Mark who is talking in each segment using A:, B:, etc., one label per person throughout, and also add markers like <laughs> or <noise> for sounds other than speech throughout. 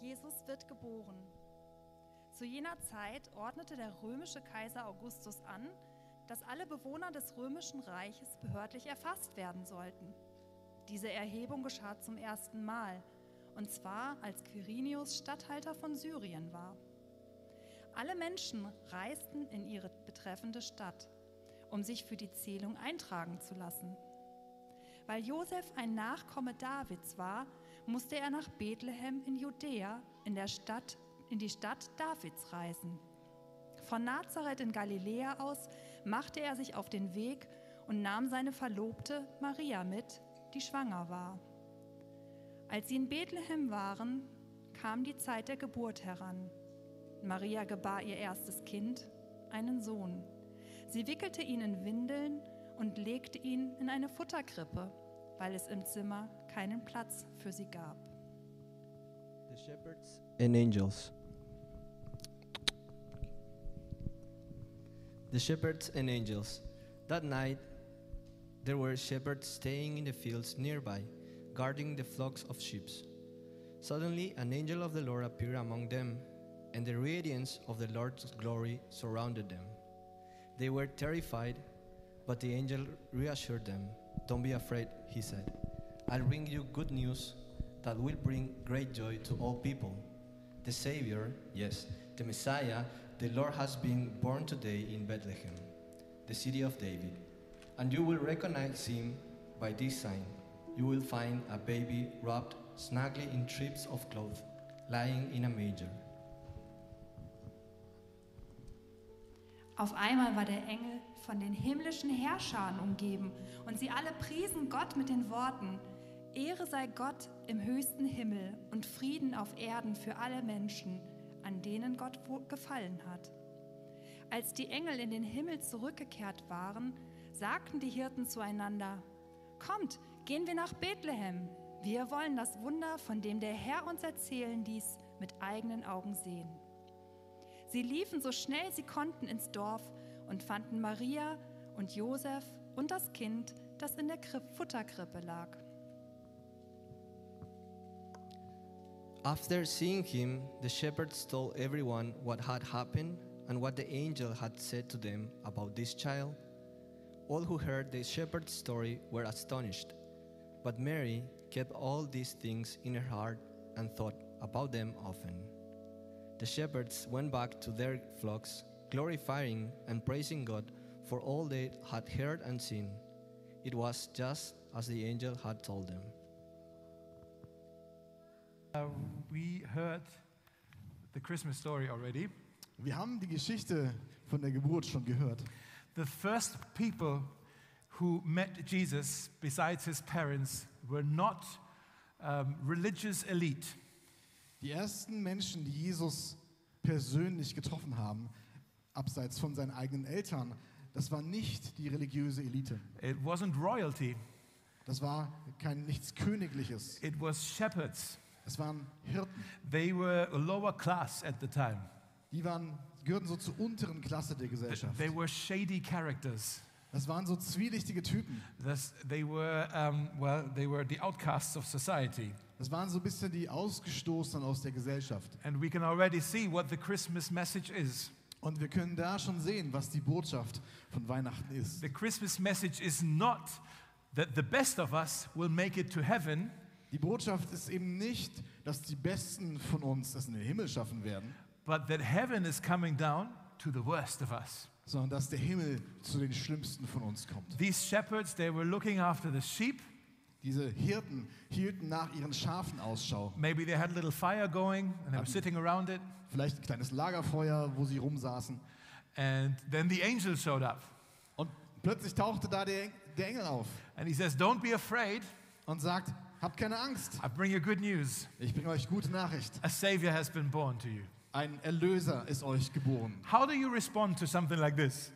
A: Jesus wird geboren. Zu jener Zeit ordnete der römische Kaiser Augustus an, dass alle Bewohner des römischen Reiches behördlich erfasst werden sollten. Diese Erhebung geschah zum ersten Mal, und zwar als Quirinius Statthalter von Syrien war. Alle Menschen reisten in ihre betreffende Stadt, um sich für die Zählung eintragen zu lassen. Weil Josef ein Nachkomme Davids war, musste er nach Bethlehem in Judäa in, der Stadt, in die Stadt Davids reisen. Von Nazareth in Galiläa aus machte er sich auf den Weg und nahm seine Verlobte Maria mit, die schwanger war. Als sie in Bethlehem waren, kam die Zeit der Geburt heran. Maria gebar ihr erstes Kind, einen Sohn. Sie wickelte ihn in Windeln und legte ihn in eine Futterkrippe, weil es im Zimmer keinen Platz für sie gab.
B: The shepherds and angels. The shepherds and angels. That night there were shepherds staying in the fields nearby, guarding the flocks of sheep. Suddenly an angel of the Lord appeared among them, and the radiance of the Lord's glory surrounded them. They were terrified, but the angel reassured them. Don't be afraid, he said. I'll bring you good news that will bring great joy to all people. The Savior, yes, the Messiah, the Lord has been born today in Bethlehem, the city of David. And you will recognize him by this sign. You will find a baby wrapped snugly in strips of cloth, lying in a manger.
A: Auf einmal war der Engel von den himmlischen Herrschern umgeben und sie alle priesen Gott mit den Worten, Ehre sei Gott im höchsten Himmel und Frieden auf Erden für alle Menschen, an denen Gott gefallen hat. Als die Engel in den Himmel zurückgekehrt waren, sagten die Hirten zueinander, Kommt, gehen wir nach Bethlehem. Wir wollen das Wunder, von dem der Herr uns erzählen ließ, mit eigenen Augen sehen. Sie liefen so schnell sie konnten ins Dorf und fanden Maria und Josef und das Kind, das in der Kripp Futterkrippe lag.
B: After seeing him, the shepherds told everyone what had happened and what the angel had said to them about this child. All who heard the shepherd's story were astonished, but Mary kept all these things in her heart and thought about them often. The shepherds went back to their flocks, glorifying and praising God for all they had heard and seen. It was just as the angel had told them.
C: Uh, we heard the Christmas story already.
D: Wir haben die Geschichte von der Geburt schon gehört.
C: The first people who met Jesus, besides his parents, were not um, religious elite.
D: Die ersten Menschen, die Jesus persönlich getroffen haben, abseits von seinen eigenen Eltern, das war nicht die religiöse Elite.
C: It wasn't royalty.
D: Das war kein nichts Königliches.
C: It was shepherds.
D: Es waren Hirten.
C: They were a lower class at the time.
D: Die waren, gehörten so zur unteren Klasse der Gesellschaft.
C: They were shady characters.
D: Das waren so zwielichtige Typen.
C: Thus, they were um, well, they were the outcasts of society.
D: Das waren so ein bisschen die Ausgestoßenen aus der Gesellschaft.
C: And we can already see what the Christmas message is.
D: Und wir können da schon sehen, was die Botschaft von Weihnachten ist.
C: The Christmas message is not that the best of us will make it to heaven,
D: Die Botschaft ist eben nicht, dass die Besten von uns das in den Himmel schaffen werden,
C: but that heaven is coming down to the worst of us.
D: sondern dass der Himmel zu den Schlimmsten von uns kommt.
C: These shepherds, they were looking after the sheep.
D: Diese Hirten hielten nach ihren Schafen Ausschau.
C: Maybe they had a little fire going and they were sitting around it.
D: Vielleicht ein kleines Lagerfeuer, wo sie rumsaßen.
C: And then the angel showed up
D: Und plötzlich tauchte da der, der Engel auf
C: and he says, Don't be afraid.
D: und sagt, habt keine Angst,
C: I bring you good news.
D: ich bringe euch gute Nachricht.
C: A savior has been born to you.
D: Ein Erlöser ist euch geboren.
C: How do you respond to something like this?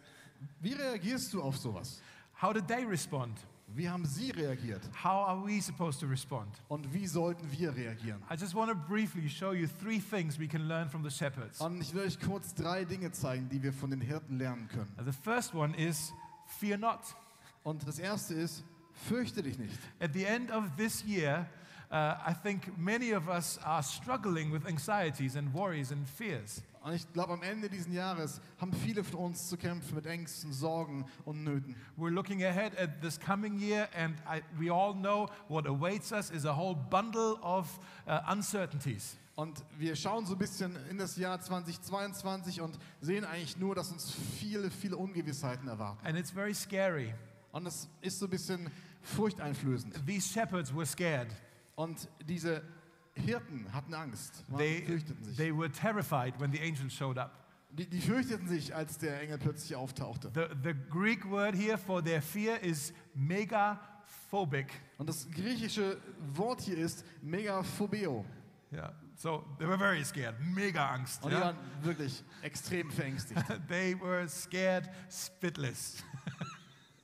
D: Wie reagierst du auf sowas?
C: How did they respond?
D: Wie haben sie reagiert?
C: How are we supposed to respond?
D: Und wie sollten wir reagieren?
C: I just want to briefly show you three things we can learn from the shepherds.
D: Und ich will euch kurz drei Dinge zeigen, die wir von den Hirten lernen können.
C: The first one is fear not.
D: Und das erste ist, fürchte dich nicht.
C: At the end of this year, uh, I think many of us are struggling with anxieties and worries and fears.
D: Und ich glaube, am Ende dieses Jahres haben viele von uns zu kämpfen mit Ängsten, Sorgen und Nöten.
C: We're looking ahead at this coming year, and I, we all know what awaits us is a whole bundle of uh, uncertainties.
D: Und wir schauen so ein bisschen in das Jahr 2022 und sehen eigentlich nur, dass uns viele, viele Ungewissheiten erwarten.
C: And it's very scary.
D: Und das ist so ein bisschen furchteinflößend.
C: These shepherds were scared,
D: Und diese Hirten hatten Angst, waren-
C: they,
D: fürchteten sich.
C: they were terrified when the angel showed up.
D: Die, die fürchteten sich, als der Engel plötzlich auftauchte.
C: The, the Greek word here for their fear is megaphobic.
D: Und das griechische Wort hier ist Megaphobeo.
C: Yeah. So they were very scared, mega angst.
D: Und die
C: yeah?
D: waren wirklich extrem verängstigt.
C: <laughs> They were scared, spitless.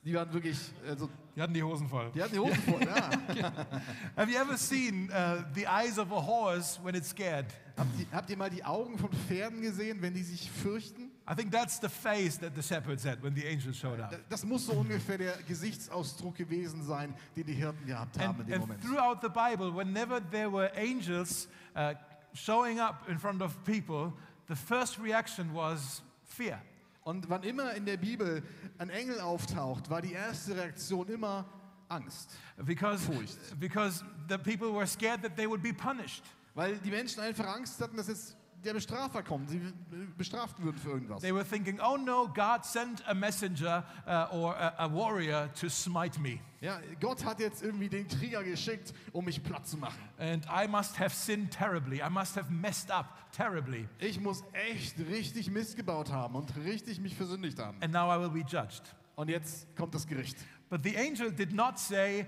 D: Die waren wirklich, also,
C: Die hatten die Hosen voll.
D: die hatten die Hosen voll. Ja.
C: Have you ever seen uh, the eyes of a horse when it's scared?
D: Habt ihr, habt ihr mal die Augen von Pferden gesehen, wenn die sich fürchten?
C: I think that's the face that the shepherds had when the angel showed up.
D: Da- Das muss so ungefähr der Gesichtsausdruck gewesen sein, den die Hirten gehabt haben in
C: And,
D: dem
C: and
D: Moment.
C: throughout the Bible, whenever there were angels uh, showing up in front of people, the first reaction was fear.
D: Und wann immer in der Bibel ein Engel auftaucht, war die erste Reaktion immer Angst.
C: Because,
D: Furcht.
C: because the people were scared that they would be punished.
D: Weil die Menschen einfach Angst hatten, dass jetzt der Bestrafer kommt, sie äh, bestraft würden für irgendwas.
C: They were thinking, oh no, God sent a messenger uh, or a, a warrior to smite me.
D: Ja, Gott hat jetzt irgendwie den Krieger geschickt, um mich platt zu machen.
C: And I must have sinned terribly. I must have messed up terribly.
D: Ich muss echt richtig Mist gebaut haben und richtig mich versündigt haben.
C: And now I will be judged.
D: Und jetzt kommt das Gericht.
C: But the angel did not say,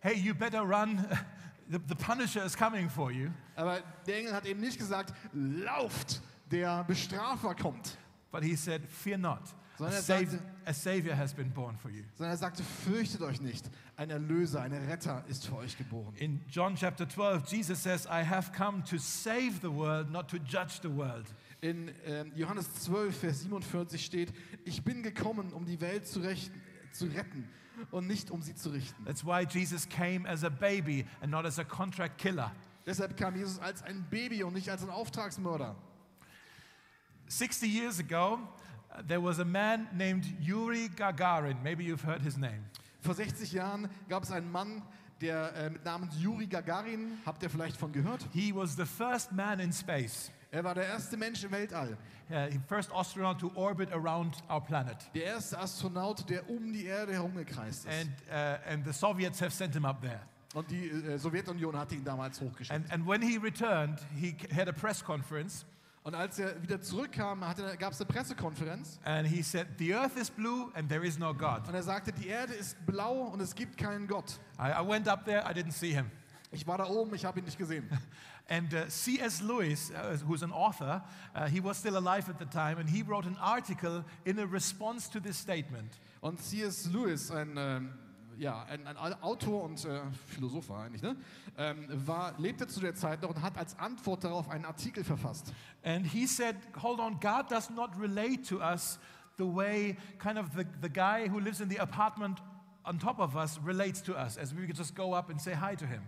C: hey, you better run. <laughs> the, the punisher is coming for you.
D: Aber der Engel hat eben nicht gesagt, lauft, der Bestrafer kommt,
C: But he said, fear not. A,
D: Sondern er
C: sav-
D: sagte-
C: a savior has been born for you.
D: sondern er sagte, fürchtet euch nicht, ein Erlöser, ein Retter ist für euch geboren.
C: In John chapter 12, Jesus says, I have come to save the world, not to judge the world.
D: In ähm, Johannes 12, Vers 47 steht, ich bin gekommen, um die Welt zu, rechten, zu retten und nicht um sie zu richten.
C: That's why Jesus came as a baby and not as a contract killer.
D: Deshalb kam Jesus als ein Baby und nicht als ein Auftragsmörder.
C: 60 years ago, uh, there was a man named Yuri Gagarin. Maybe you've heard his name.
D: Vor 60 Jahren gab es einen Mann, der äh, mit Namen Juri Gagarin, habt ihr vielleicht von gehört?
C: He was the first man in space,
D: Er war der erste Mensch im Weltall,
C: uh, the first astronaut to orbit around our planet.
D: der erste Astronaut, der um die Erde herumgekreist ist.
C: And, uh, and the Soviets have sent him up there.
D: Und die äh, Sowjetunion hatte ihn damals hochgeschickt.
C: And, and when he returned, he c- had a press conference
D: Und als er wieder zurückkam, gab es eine Pressekonferenz.
C: and he said, The earth is blue and there is no God.
D: Und er sagte, die Erde ist blau und es gibt keinen Gott.
C: I, I went up there, I didn't see him.
D: Ich war da oben, ich habe ihn nicht gesehen.
C: And uh, C.S. Lewis, uh, who's an author, uh, he was still alive at the time, and he wrote an article in a response to this statement.
D: Und C.S. Lewis, ein, ähm, ja, ein, ein Autor und äh, Philosoph war eigentlich, ne? ähm, war, lebte zu der Zeit noch und hat als Antwort darauf einen Artikel verfasst.
C: And he said, Hold on, God does not relate to us the way kind of the, the guy who lives in the apartment on top of us relates to us, as we could just go up and say hi to him.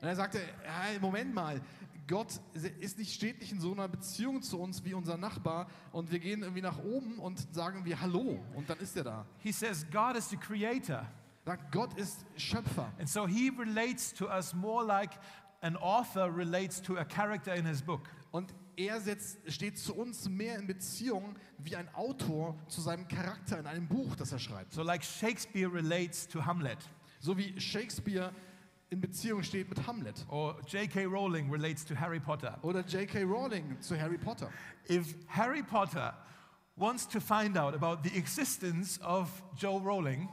D: Und er sagte, "Hey, Moment mal, Gott ist nicht steht nicht in so einer Beziehung zu uns wie unser Nachbar und wir gehen irgendwie nach oben und sagen wir Hallo und dann ist er da.
C: He says, God is the creator.
D: sagt, Gott ist Schöpfer.
C: And so he relates to us more like an author relates to a character in his book.
D: Und er setzt, steht zu uns mehr in Beziehung wie ein Autor zu seinem Charakter in einem Buch, das er schreibt.
C: So, like Shakespeare relates to Hamlet,
D: So wie Shakespeare in Beziehung steht mit Hamlet.
C: or J.K. Rowling relates to Harry Potter.
D: Oder J.K. Rowling zu Harry Potter.
C: If Harry Potter wants to find out about the existence of Joe Rowling,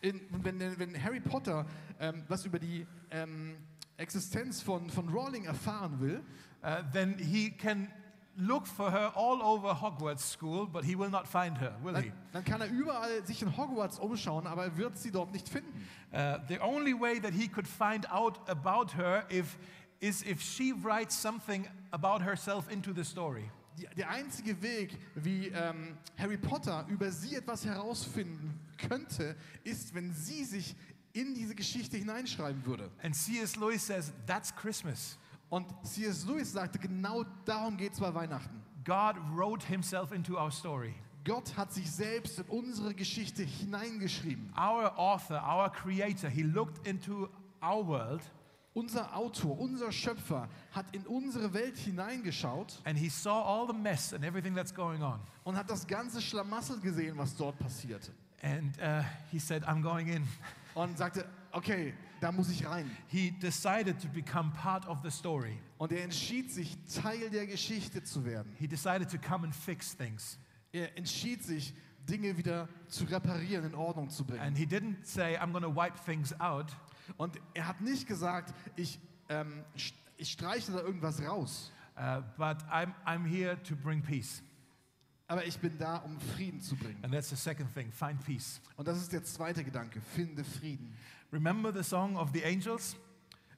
D: In, wenn, wenn Harry Potter ähm, was über die ähm, Existenz von, von Rowling erfahren will,
C: uh, then he can look for her all over Hogwarts School, but he will not find her, will he?
D: dann, dann kann er überall sich in Hogwarts umschauen, aber er wird sie dort nicht finden.
C: Uh, the only way that he could find out about her if, is if she writes something about herself into the story.
D: Die, der einzige Weg, wie ähm, Harry Potter über sie etwas herausfinden könnte, ist, wenn sie sich in diese Geschichte hineinschreiben würde.
C: And C.S. Lewis says that's Christmas.
D: Und C.S. Lewis sagte, genau darum geht es bei Weihnachten.
C: God wrote himself into our story.
D: Gott hat sich selbst in unsere Geschichte hineingeschrieben.
C: Our author, our creator, he looked into our world
D: Unser Autor, unser Schöpfer hat in unsere Welt hineingeschaut
C: and he saw all the mess and everything that's going on.
D: und hat das ganze Schlamassel gesehen, was dort passierte.
C: And uh, he said, I'm going in.
D: Und sagte, okay, da muss ich rein.
C: He decided to become part of the story.
D: Und er entschied sich, Teil der Geschichte zu werden.
C: He decided to come and fix things.
D: Er entschied sich, Dinge wieder zu reparieren, in Ordnung zu bringen.
C: And he didn't say, I'm going to wipe things out.
D: Und er hat nicht gesagt, ich, ähm, sch- ich streiche da irgendwas raus,
C: Uh, but I'm, I'm here to bring peace.
D: aber ich bin da, um Frieden zu bringen.
C: And that's the second thing find peace.
D: Und das ist der zweite Gedanke, finde Frieden.
C: Remember the song of the angels?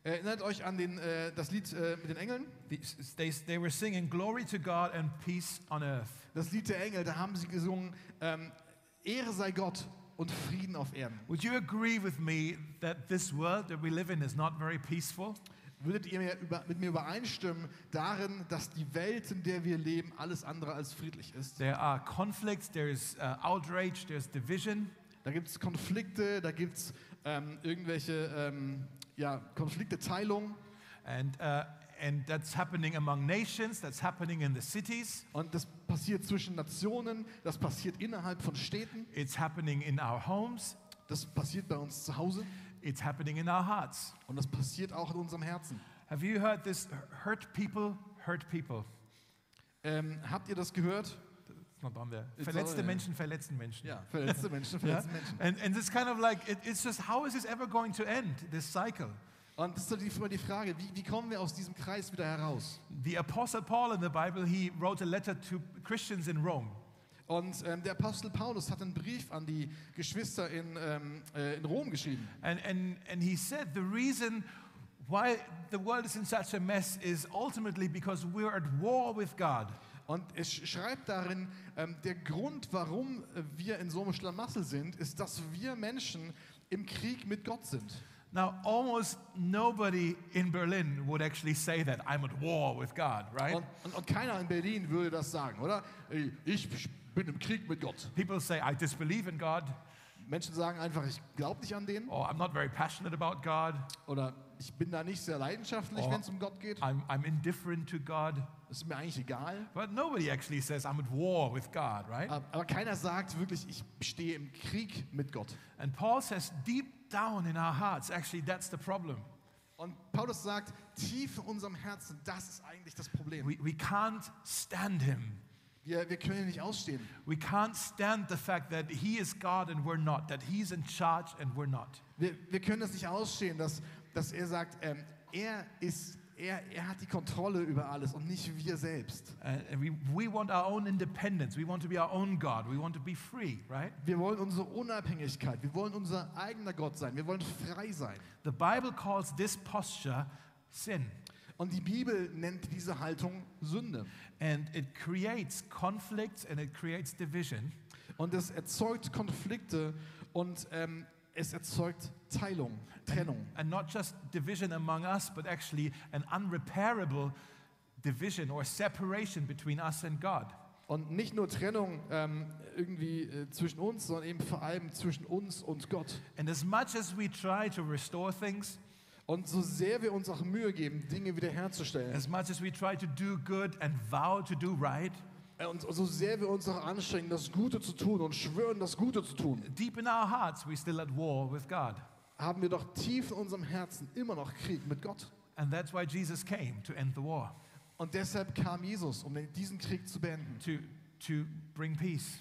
D: Erinnert euch an den, äh, das Lied äh, mit den Engeln?
C: The- They, they were singing glory to God and peace on earth.
D: Das Lied der Engel, da haben sie gesungen, ähm, Ehre sei Gott und Frieden auf Erden.
C: Would you agree with me that this world that we live in is not very peaceful?
D: Würdet ihr mir über, mit mir übereinstimmen darin, dass die Welt, in der wir leben, alles andere als friedlich ist?
C: There are conflicts, there is uh, outrage, there's division.
D: Da gibt es Konflikte, da gibt es ähm, irgendwelche ähm, ja, Konflikte, Teilung.
C: And, uh, and that's happening among nations, that's happening in the cities,
D: Und das passiert zwischen Nationen, das passiert innerhalb von Städten,
C: it's happening in our homes,
D: das passiert bei uns zu Hause
C: it's happening in our hearts.
D: und das passiert auch in unserem Herzen.
C: Have you heard this? Hurt people, hurt people.
D: Ähm, habt ihr das gehört?
C: It's not on there.
D: It's
C: verletzte
D: on there.
C: Menschen, verletzten Menschen.
D: <laughs> Verletzte Menschen,
C: Yeah?
D: verletzte Menschen.
C: And, and it's kind of like, it, it's just how is this ever going to end, this cycle?
D: Und das ist natürlich immer die Frage, wie, wie kommen wir aus diesem Kreis wieder heraus?
C: The Apostle Paul in the Bible, he wrote a letter to Christians in Rome.
D: Und ähm, der Apostel Paulus hat einen Brief an die Geschwister in, ähm, äh, in Rom geschrieben.
C: And, and, and he said the reason why the world is in such a mess is ultimately because we're at war with God.
D: Und er sch- schreibt darin, ähm, der Grund, warum äh, wir in so einem Schlamassel sind, ist, dass wir Menschen im Krieg mit Gott sind.
C: Now, almost nobody in Berlin would actually say that I'm at war with God, right?
D: Und, und, und keiner in Berlin würde das sagen, oder? Ey, Ich bin im Krieg mit Gott.
C: People say I disbelieve in God,
D: Menschen sagen einfach, ich glaube nicht an den
C: or I'm not very passionate about God,
D: oder ich bin da nicht sehr leidenschaftlich,
C: Oh.
D: wenn es um Gott geht.
C: I'm, I'm indifferent to God.
D: Ist mir eigentlich egal.
C: But nobody actually says I'm at war with God, right?
D: Ab- Aber keiner sagt wirklich, ich stehe im Krieg mit Gott.
C: And Paul says deep down in our hearts, actually, that's the problem.
D: Und Paulus sagt, tief in unserem Herzen, das ist eigentlich das Problem.
C: We, we can't stand him.
D: Wir, wir können ihn nicht ausstehen.
C: We can't stand the fact that He is God and we're not, that He's in charge and we're not.
D: Wir, wir können das nicht ausstehen, dass, dass er sagt, ähm, er, ist, er, er hat die Kontrolle über alles und nicht wir selbst.
C: And and we, we want our own independence. We want to be our own God. We want to be free, right?
D: Wir wollen unsere Unabhängigkeit, wir wollen unser eigener Gott sein, wir wollen frei sein.
C: The Bible calls this posture sin,
D: Und die Bibel nennt diese Haltung Sünde.
C: and it creates conflicts and it creates division.
D: Und es erzeugt Konflikte und ähm, es erzeugt Teilung, Trennung.
C: And not just division among us, but actually an unrepairable division or separation between us and God.
D: Und nicht nur Trennung ähm, irgendwie äh, zwischen uns, sondern eben vor allem zwischen uns und Gott.
C: And as much as we try to restore things,
D: Und so sehr wir uns auch Mühe geben, Dinge wiederherzustellen,
C: as much as we try to do good and vow to do right,
D: äh, und so sehr wir uns auch anstrengen, das Gute zu tun und schwören, das Gute zu tun,
C: deep in our hearts, we're still at war with God.
D: haben wir doch tief in unserem Herzen immer noch Krieg mit Gott.
C: And that's why Jesus came to end the war,
D: Und deshalb kam Jesus, um den- diesen Krieg zu beenden,
C: to, to bring peace.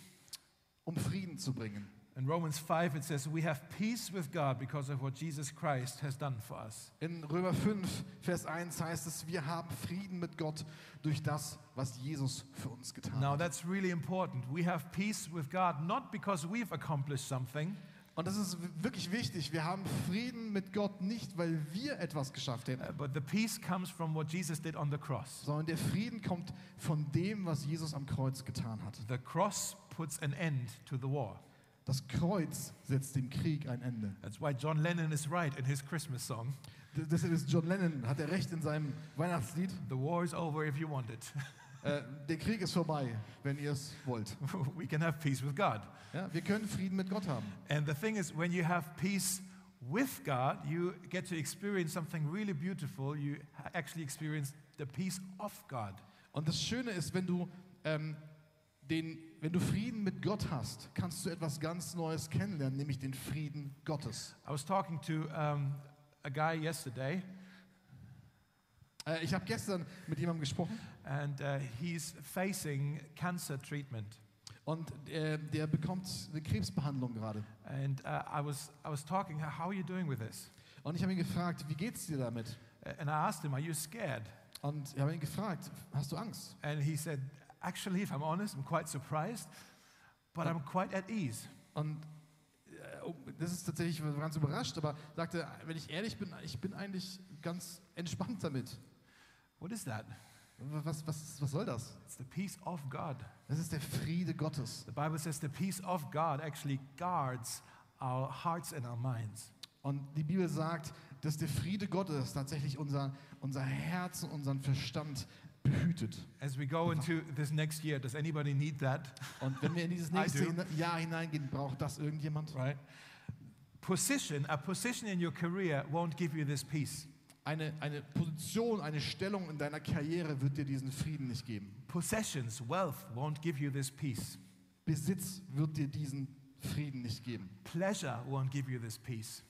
D: um Frieden zu bringen.
C: In Romans 5, it says, We have peace with God because of what Jesus Christ has done for us.
D: In Römer 5, Vers 1 heißt es, wir haben Frieden mit Gott durch das, was Jesus für uns getan
C: Now,
D: hat.
C: that's really important. We have peace with God not because we've accomplished something,
D: Und das ist w- wirklich wichtig. Wir haben Frieden mit Gott nicht, weil wir etwas geschafft hätten,
C: uh, but the peace comes from what Jesus did on the cross.
D: sondern der Frieden kommt von dem, was Jesus am Kreuz getan hat.
C: The cross puts an end to the war.
D: Das Kreuz setzt dem Krieg ein Ende.
C: That's why John Lennon is right in his Christmas song.
D: D- Deshalb ist John Lennon, hat er recht in seinem Weihnachtslied,
C: The war is over if you want it. <laughs>
D: äh, der Krieg ist vorbei, wenn ihr es wollt.
C: we can have peace with God.
D: Ja, wir können Frieden mit Gott haben.
C: And the thing is, when you have peace with God, you get to experience something really beautiful. You ha- actually experience the peace of God.
D: Und das Schöne ist, wenn du, ähm, den, wenn du Frieden mit Gott hast, kannst du etwas ganz Neues kennenlernen, nämlich den Frieden Gottes.
C: I was talking to um, a guy yesterday,
D: Äh, ich habe gestern mit jemandem gesprochen
C: and uh, he's facing cancer treatment.
D: und äh, der bekommt eine Krebsbehandlung gerade.
C: And uh, I, was, I was talking, how are you doing with this?
D: Und ich habe ihn gefragt, wie geht's dir damit?
C: A- And I asked him, are you scared?
D: Und ich habe ihn gefragt, hast du Angst?
C: And he said, actually, if I'm honest, I'm quite surprised, but I'm quite at ease.
D: Und äh, oh, das ist tatsächlich, wir waren ganz überrascht, aber sagte, wenn ich ehrlich bin, ich bin eigentlich ganz entspannt damit.
C: What is that?
D: Was, was, was soll das?
C: It's the peace of God.
D: Das ist der Friede Gottes.
C: The Bible says the peace of God actually guards our hearts and our minds.
D: Und die Bibel sagt, dass der Friede Gottes tatsächlich unser, unser Herz und unseren Verstand behütet.
C: As we go into this next year, does anybody need that?
D: Und wenn wir in dieses
C: I
D: nächste
C: do.
D: Hina- Jahr hineingehen, braucht das irgendjemand?
C: Right? Position, a position in your career won't give you this peace.
D: Eine, eine Position, eine Stellung in deiner Karriere wird dir diesen Frieden nicht geben.
C: Possessions, wealth won't give you this peace.
D: Besitz wird dir diesen Frieden nicht geben.
C: Pleasure won't give you this peace.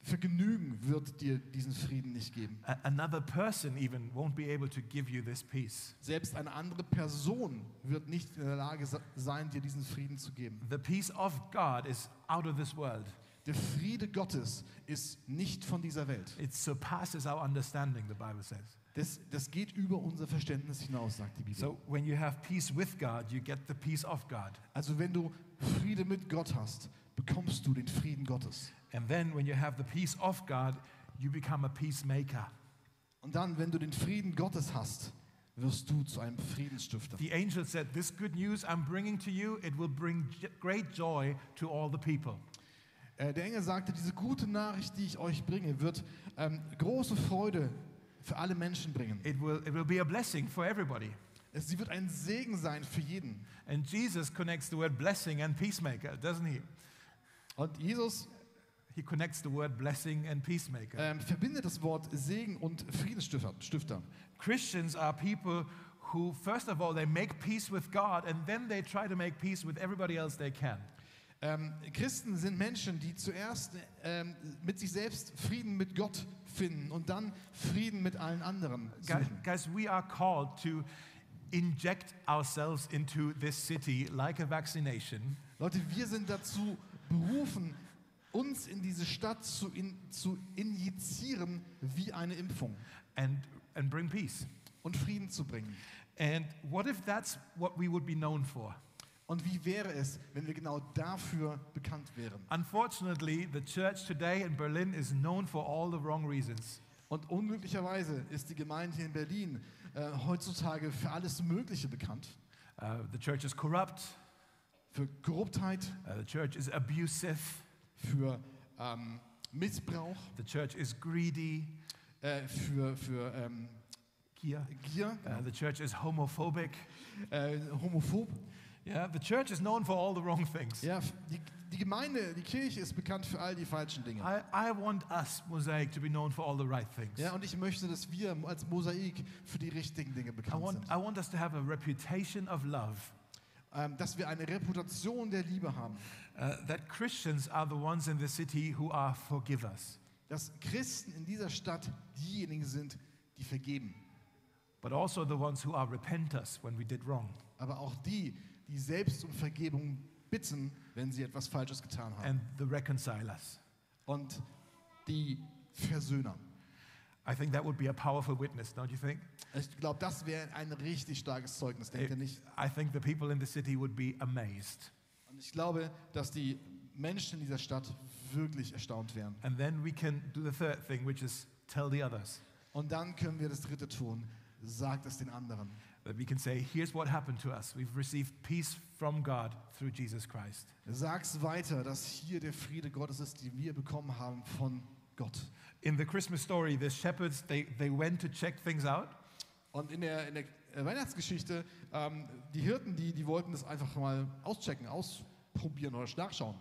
D: Vergnügen wird dir diesen Frieden nicht geben.
C: A- another person even won't be able to give you this peace.
D: Selbst eine andere Person wird nicht in der Lage se- sein, dir diesen Frieden zu geben.
C: The peace of God is out of this world.
D: Der Friede Gottes ist nicht von dieser Welt.
C: It surpasses our understanding, the Bible says.
D: Das, das geht über unser Verständnis hinaus, sagt die Bibel.
C: So when you have peace with God, you get the peace of God.
D: Also wenn du Friede mit Gott hast, bekommst du den Frieden Gottes.
C: And then when you have the peace of God, you become a peacemaker.
D: Und dann, wenn du den Frieden Gottes hast, wirst du zu einem Friedensstifter.
C: The angel said, This good news I'm bringing to you, it will bring j- great joy to all the people.
D: Äh, der Engel sagte, diese gute Nachricht, die ich euch bringe, wird ähm, große Freude für alle Menschen bringen.
C: It will, it will be a blessing for everybody.
D: Es- Sie wird ein Segen sein für jeden.
C: And Jesus connects the word blessing and peacemaker, doesn't he?
D: Und Jesus
C: He connects the word blessing and peacemaker.
D: ähm, verbindet das Wort Segen und Friedensstifter. Stifter.
C: Christians are people who, first of all, they make peace with God and then they try to make peace with everybody else they can.
D: Ähm, Christen sind Menschen, die zuerst ähm, mit sich selbst Frieden mit Gott finden und dann Frieden mit allen anderen
C: Guys,
D: suchen.
C: guys, we are called to inject ourselves into this city like a vaccination.
D: Leute, wir sind dazu berufen, uns in diese Stadt zu, in, zu injizieren wie eine Impfung
C: and and bring peace.
D: und Frieden zu bringen.
C: And what if that's what we would be known for?
D: Und wie wäre es, wenn wir genau dafür bekannt wären?
C: Unfortunately, the church today in Berlin is known for all the wrong reasons.
D: Und unglücklicherweise ist die Gemeinde hier in Berlin äh, heutzutage für alles Mögliche bekannt.
C: Uh, the church is corrupt.
D: Für Korruptheit,
C: Uh, the church is abusive.
D: für ähm, Missbrauch,
C: The church is greedy.
D: äh, für, für ähm,
C: Kia.
D: Gier,
C: Uh, the church is homophobic.
D: äh, homophob.
C: Yeah, the church is known for all the wrong things.
D: Ja, f- die, die Gemeinde, die Kirche ist bekannt für all die falschen Dinge.
C: I, I want us, Mosaic, to be known for all the right things.
D: Ja, und ich möchte, dass wir als Mosaik für die richtigen Dinge
C: I
D: bekannt
C: want,
D: sind.
C: I want us to have a reputation of love.
D: Ähm, dass wir eine Reputation der Liebe haben.
C: Uh, that Christians are the ones in the city who are forgivers.
D: Dass Christen in dieser Stadt diejenigen sind, die vergeben.
C: but also the ones who are repenters when we did wrong.
D: Aber auch die, die selbst um Vergebung bitten, wenn sie etwas Falsches getan haben.
C: And the reconcilers.
D: Und die Versöhner.
C: I think that would be a powerful witness, don't you think?
D: Ich glaube, das wäre ein richtig starkes Zeugnis, denkt
C: It-
D: ihr nicht?
C: I think the people in the city would be amazed.
D: Und ich glaube, dass die Menschen in dieser Stadt wirklich erstaunt wären.
C: And then we can do the third thing, which is tell the others.
D: Und dann können wir das Dritte tun. Sagt es den anderen.
C: that we can say, here's what happened to us. We've received peace from God through Jesus Christ.
D: Sag's weiter, dass hier der Friede Gottes ist, den wir bekommen haben von Gott.
C: In the Christmas story, the shepherds, they, they went to check things out.
D: Und in der, in der äh, Weihnachtsgeschichte, ähm, die Hirten, die, die wollten das einfach mal auschecken, ausprobieren oder nachschauen.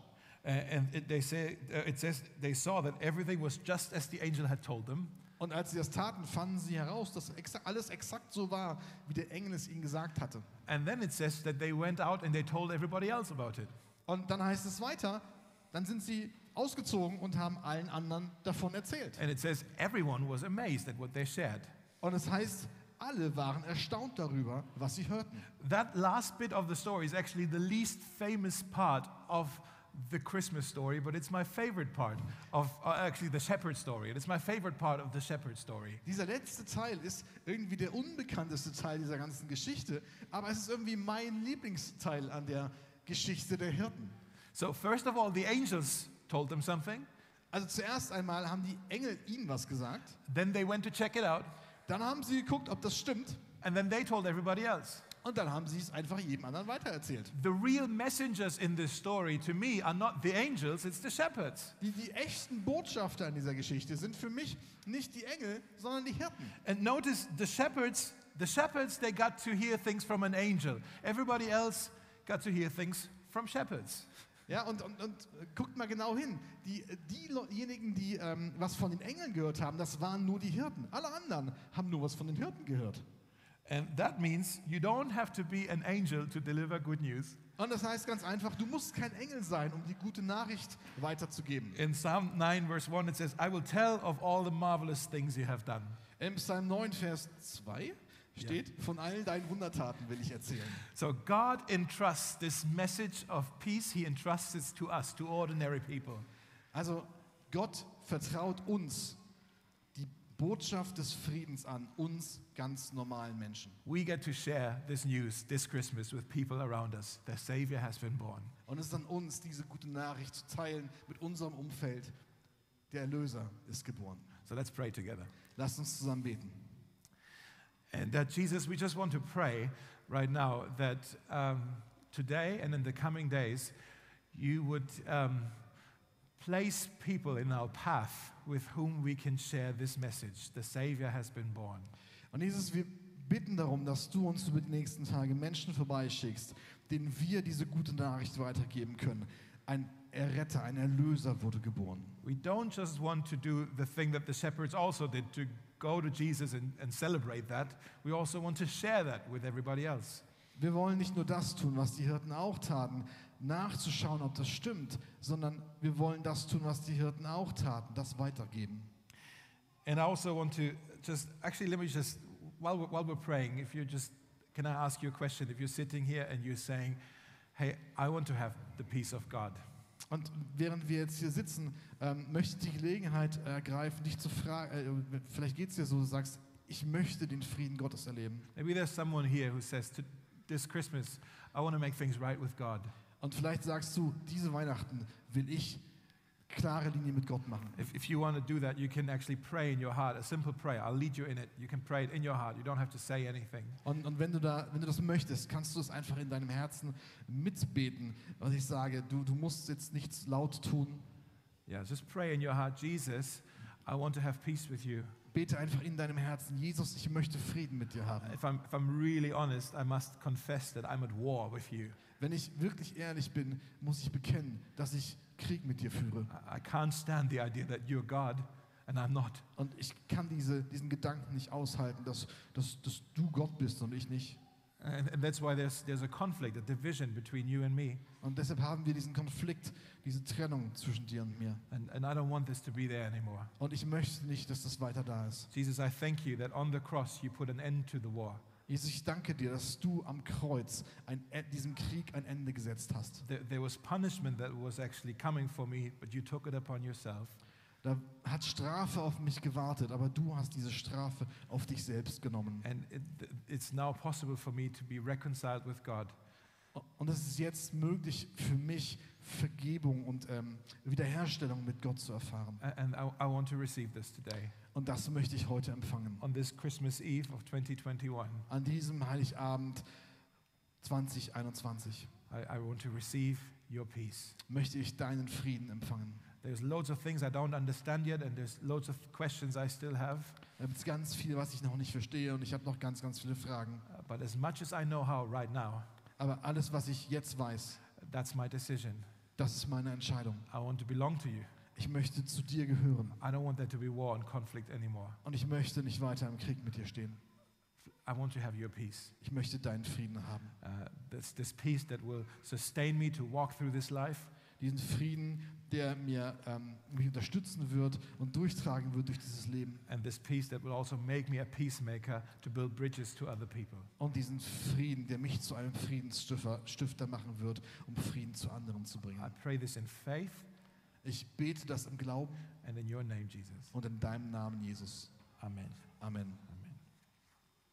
C: Uh, and it, they say, uh, it says they saw that everything was just as the angel had told them.
D: Und als sie das taten, fanden sie heraus, dass exa alles exakt so war, wie der Engel es ihnen gesagt hatte.
C: And then it says that they went out and they told everybody else about it.
D: Und dann heißt es weiter, dann sind sie ausgezogen und haben allen anderen davon erzählt.
C: And it says everyone was amazed at what they shared.
D: Und es heißt, alle waren erstaunt darüber, was sie hörten.
C: That last bit of the story is actually the least famous part of the Christmas story, but it's my favorite part of uh, actually the shepherd story. And it's my favorite part of the shepherd story.
D: Dieser letzte Teil ist irgendwie der unbekannteste Teil dieser ganzen Geschichte, aber es ist irgendwie mein Lieblingsteil an der Geschichte der Hirten.
C: So, first of all, the angels told them something.
D: Also zuerst einmal haben die Engel ihnen was gesagt,
C: Then they went to check it out.
D: dann haben sie geguckt, ob das stimmt,
C: And then they told everybody else.
D: und dann haben sie es einfach jedem anderen weitererzählt.
C: The real messengers in this story to me are not the angels, it's the shepherds.
D: Die, die echten Botschafter in dieser Geschichte sind für mich nicht die Engel, sondern die Hirten.
C: And notice the shepherds, the shepherds, they got to hear things from an angel. Everybody else got to hear things from shepherds.
D: Ja, und, und, und äh, guckt mal genau hin. Die, die Le- diejenigen, die ähm, was von den Engeln gehört haben, das waren nur die Hirten. Alle anderen haben nur was von den Hirten gehört.
C: And that means you don't have to be an angel to deliver good news.
D: Und das heißt ganz einfach, du musst kein Engel sein, um die gute Nachricht weiterzugeben.
C: In Psalm 9, verse 1, it says, I will tell of all the marvelous things you have done.
D: Im Psalm 9, Vers 2 steht, von all deinen Wundertaten will ich erzählen.
C: So God entrusts this message of peace, He entrusts it to us, to ordinary people.
D: Also Gott vertraut uns die Botschaft des Friedens an, uns ganz normalen Menschen.
C: We get to share this news this Christmas with people around us. The Savior has been born.
D: Und es ist an uns, diese gute Nachricht zu teilen mit unserem Umfeld. Der Erlöser ist geboren.
C: So let's pray together.
D: Lasst uns zusammen beten.
C: And that Jesus, we just want to pray right now that um, today and in the coming days, you would um, place people in our path with whom we can share this message. The Savior has been born.
D: Und Jesus, wir bitten darum, dass du uns über die nächsten Tage Menschen vorbeischickst, denen wir diese gute Nachricht weitergeben können. Ein Erretter, ein Erlöser wurde geboren.
C: We don't just want to do the thing that the shepherds also did to go to Jesus and, and celebrate that. We also want to share that with everybody else.
D: Wir wollen nicht nur das tun, was die Hirten auch taten, nachzuschauen, ob das stimmt, sondern wir wollen das tun, was die Hirten auch taten, das weitergeben.
C: And I also want to just actually let me just while we're, while we're praying, if you're just can I ask you a question? If you're sitting here and you're saying, "Hey, I want to have the peace of God,"
D: Und während wir jetzt hier sitzen, ähm, möchte ich die Gelegenheit ergreifen, dich zu fragen, äh, vielleicht geht es dir so, du sagst, ich möchte den Frieden Gottes erleben.
C: maybe there's someone here who says, to, "This Christmas, I want to make things right with God."
D: Und vielleicht sagst du, diese Weihnachten will ich klare Linie mit Gott machen.
C: If, if you want to do that, you can actually pray in your heart a simple prayer. I'll lead you in it. You can pray it in your heart. You don't have to say anything.
D: Und, und wenn, du da, wenn du das möchtest, kannst du es einfach in deinem Herzen mitbeten, was ich sage. Du, du musst jetzt nichts laut tun.
C: Yeah, just pray in your heart, Jesus. I want to have peace with you.
D: Bete einfach in deinem Herzen, Jesus, ich möchte Frieden mit dir haben.
C: If I'm, if I'm really honest, I must confess that I'm at war with you.
D: Wenn ich wirklich ehrlich bin, muss ich bekennen, dass ich Krieg mit dir führe.
C: I- I can't stand the idea that you're God and I'm not.
D: Und ich kann diese, diesen Gedanken nicht aushalten, dass, dass, dass du Gott bist und ich nicht.
C: And, and that's why there's, there's a conflict, a division between you and me.
D: Und deshalb haben wir diesen Konflikt, diese Trennung zwischen dir und mir.
C: And, and I don't want this to be there anymore.
D: Und ich möchte nicht, dass das weiter da ist.
C: Jesus, I thank you that on the cross you put an end to the war.
D: Jesus, ich danke dir, dass du am Kreuz ein, E- diesem Krieg ein Ende gesetzt hast.
C: There, there was punishment that was actually coming for me, but you took it upon yourself.
D: Da hat Strafe auf mich gewartet, aber du hast diese Strafe auf dich selbst genommen.
C: And it, it's now possible for me to be reconciled with God.
D: Und es ist jetzt möglich für mich, Vergebung und ähm, Wiederherstellung mit Gott zu erfahren.
C: A- And I, I want to receive this today
D: Und das möchte ich heute empfangen.
C: on this Christmas Eve of 2021.
D: An diesem Heiligabend 2021
C: I, I want to receive your peace.
D: möchte ich deinen Frieden empfangen.
C: There's loads of things I don't understand yet, and there's loads of questions I still have.
D: Da gibt es ganz viel, was ich noch nicht verstehe und ich habe noch ganz, ganz viele Fragen.
C: Uh, But as much as I know how right now,
D: Aber alles, was ich jetzt weiß,
C: that's my decision.
D: das ist meine Entscheidung.
C: I want to belong to you.
D: Ich möchte zu dir gehören
C: I don't want there to be war and conflict anymore.
D: und ich möchte nicht weiter im Krieg mit dir stehen.
C: I want to have your peace.
D: Ich möchte deinen Frieden haben.
C: Uh, this, this peace that will sustain me to walk through this life,
D: Diesen Frieden, der mir, ähm, mich unterstützen wird und durchtragen wird durch dieses Leben.
C: and this peace that will also make me a peacemaker to build bridges to other people.
D: Und diesen Frieden, der mich zu einem Friedensstifter Stifter machen wird, um Frieden zu anderen zu
C: I
D: bringen.
C: pray this in faith
D: Ich bete das im Glauben
C: and in your name, Jesus.
D: und in deinem Namen, Jesus.
C: Amen.
D: Amen.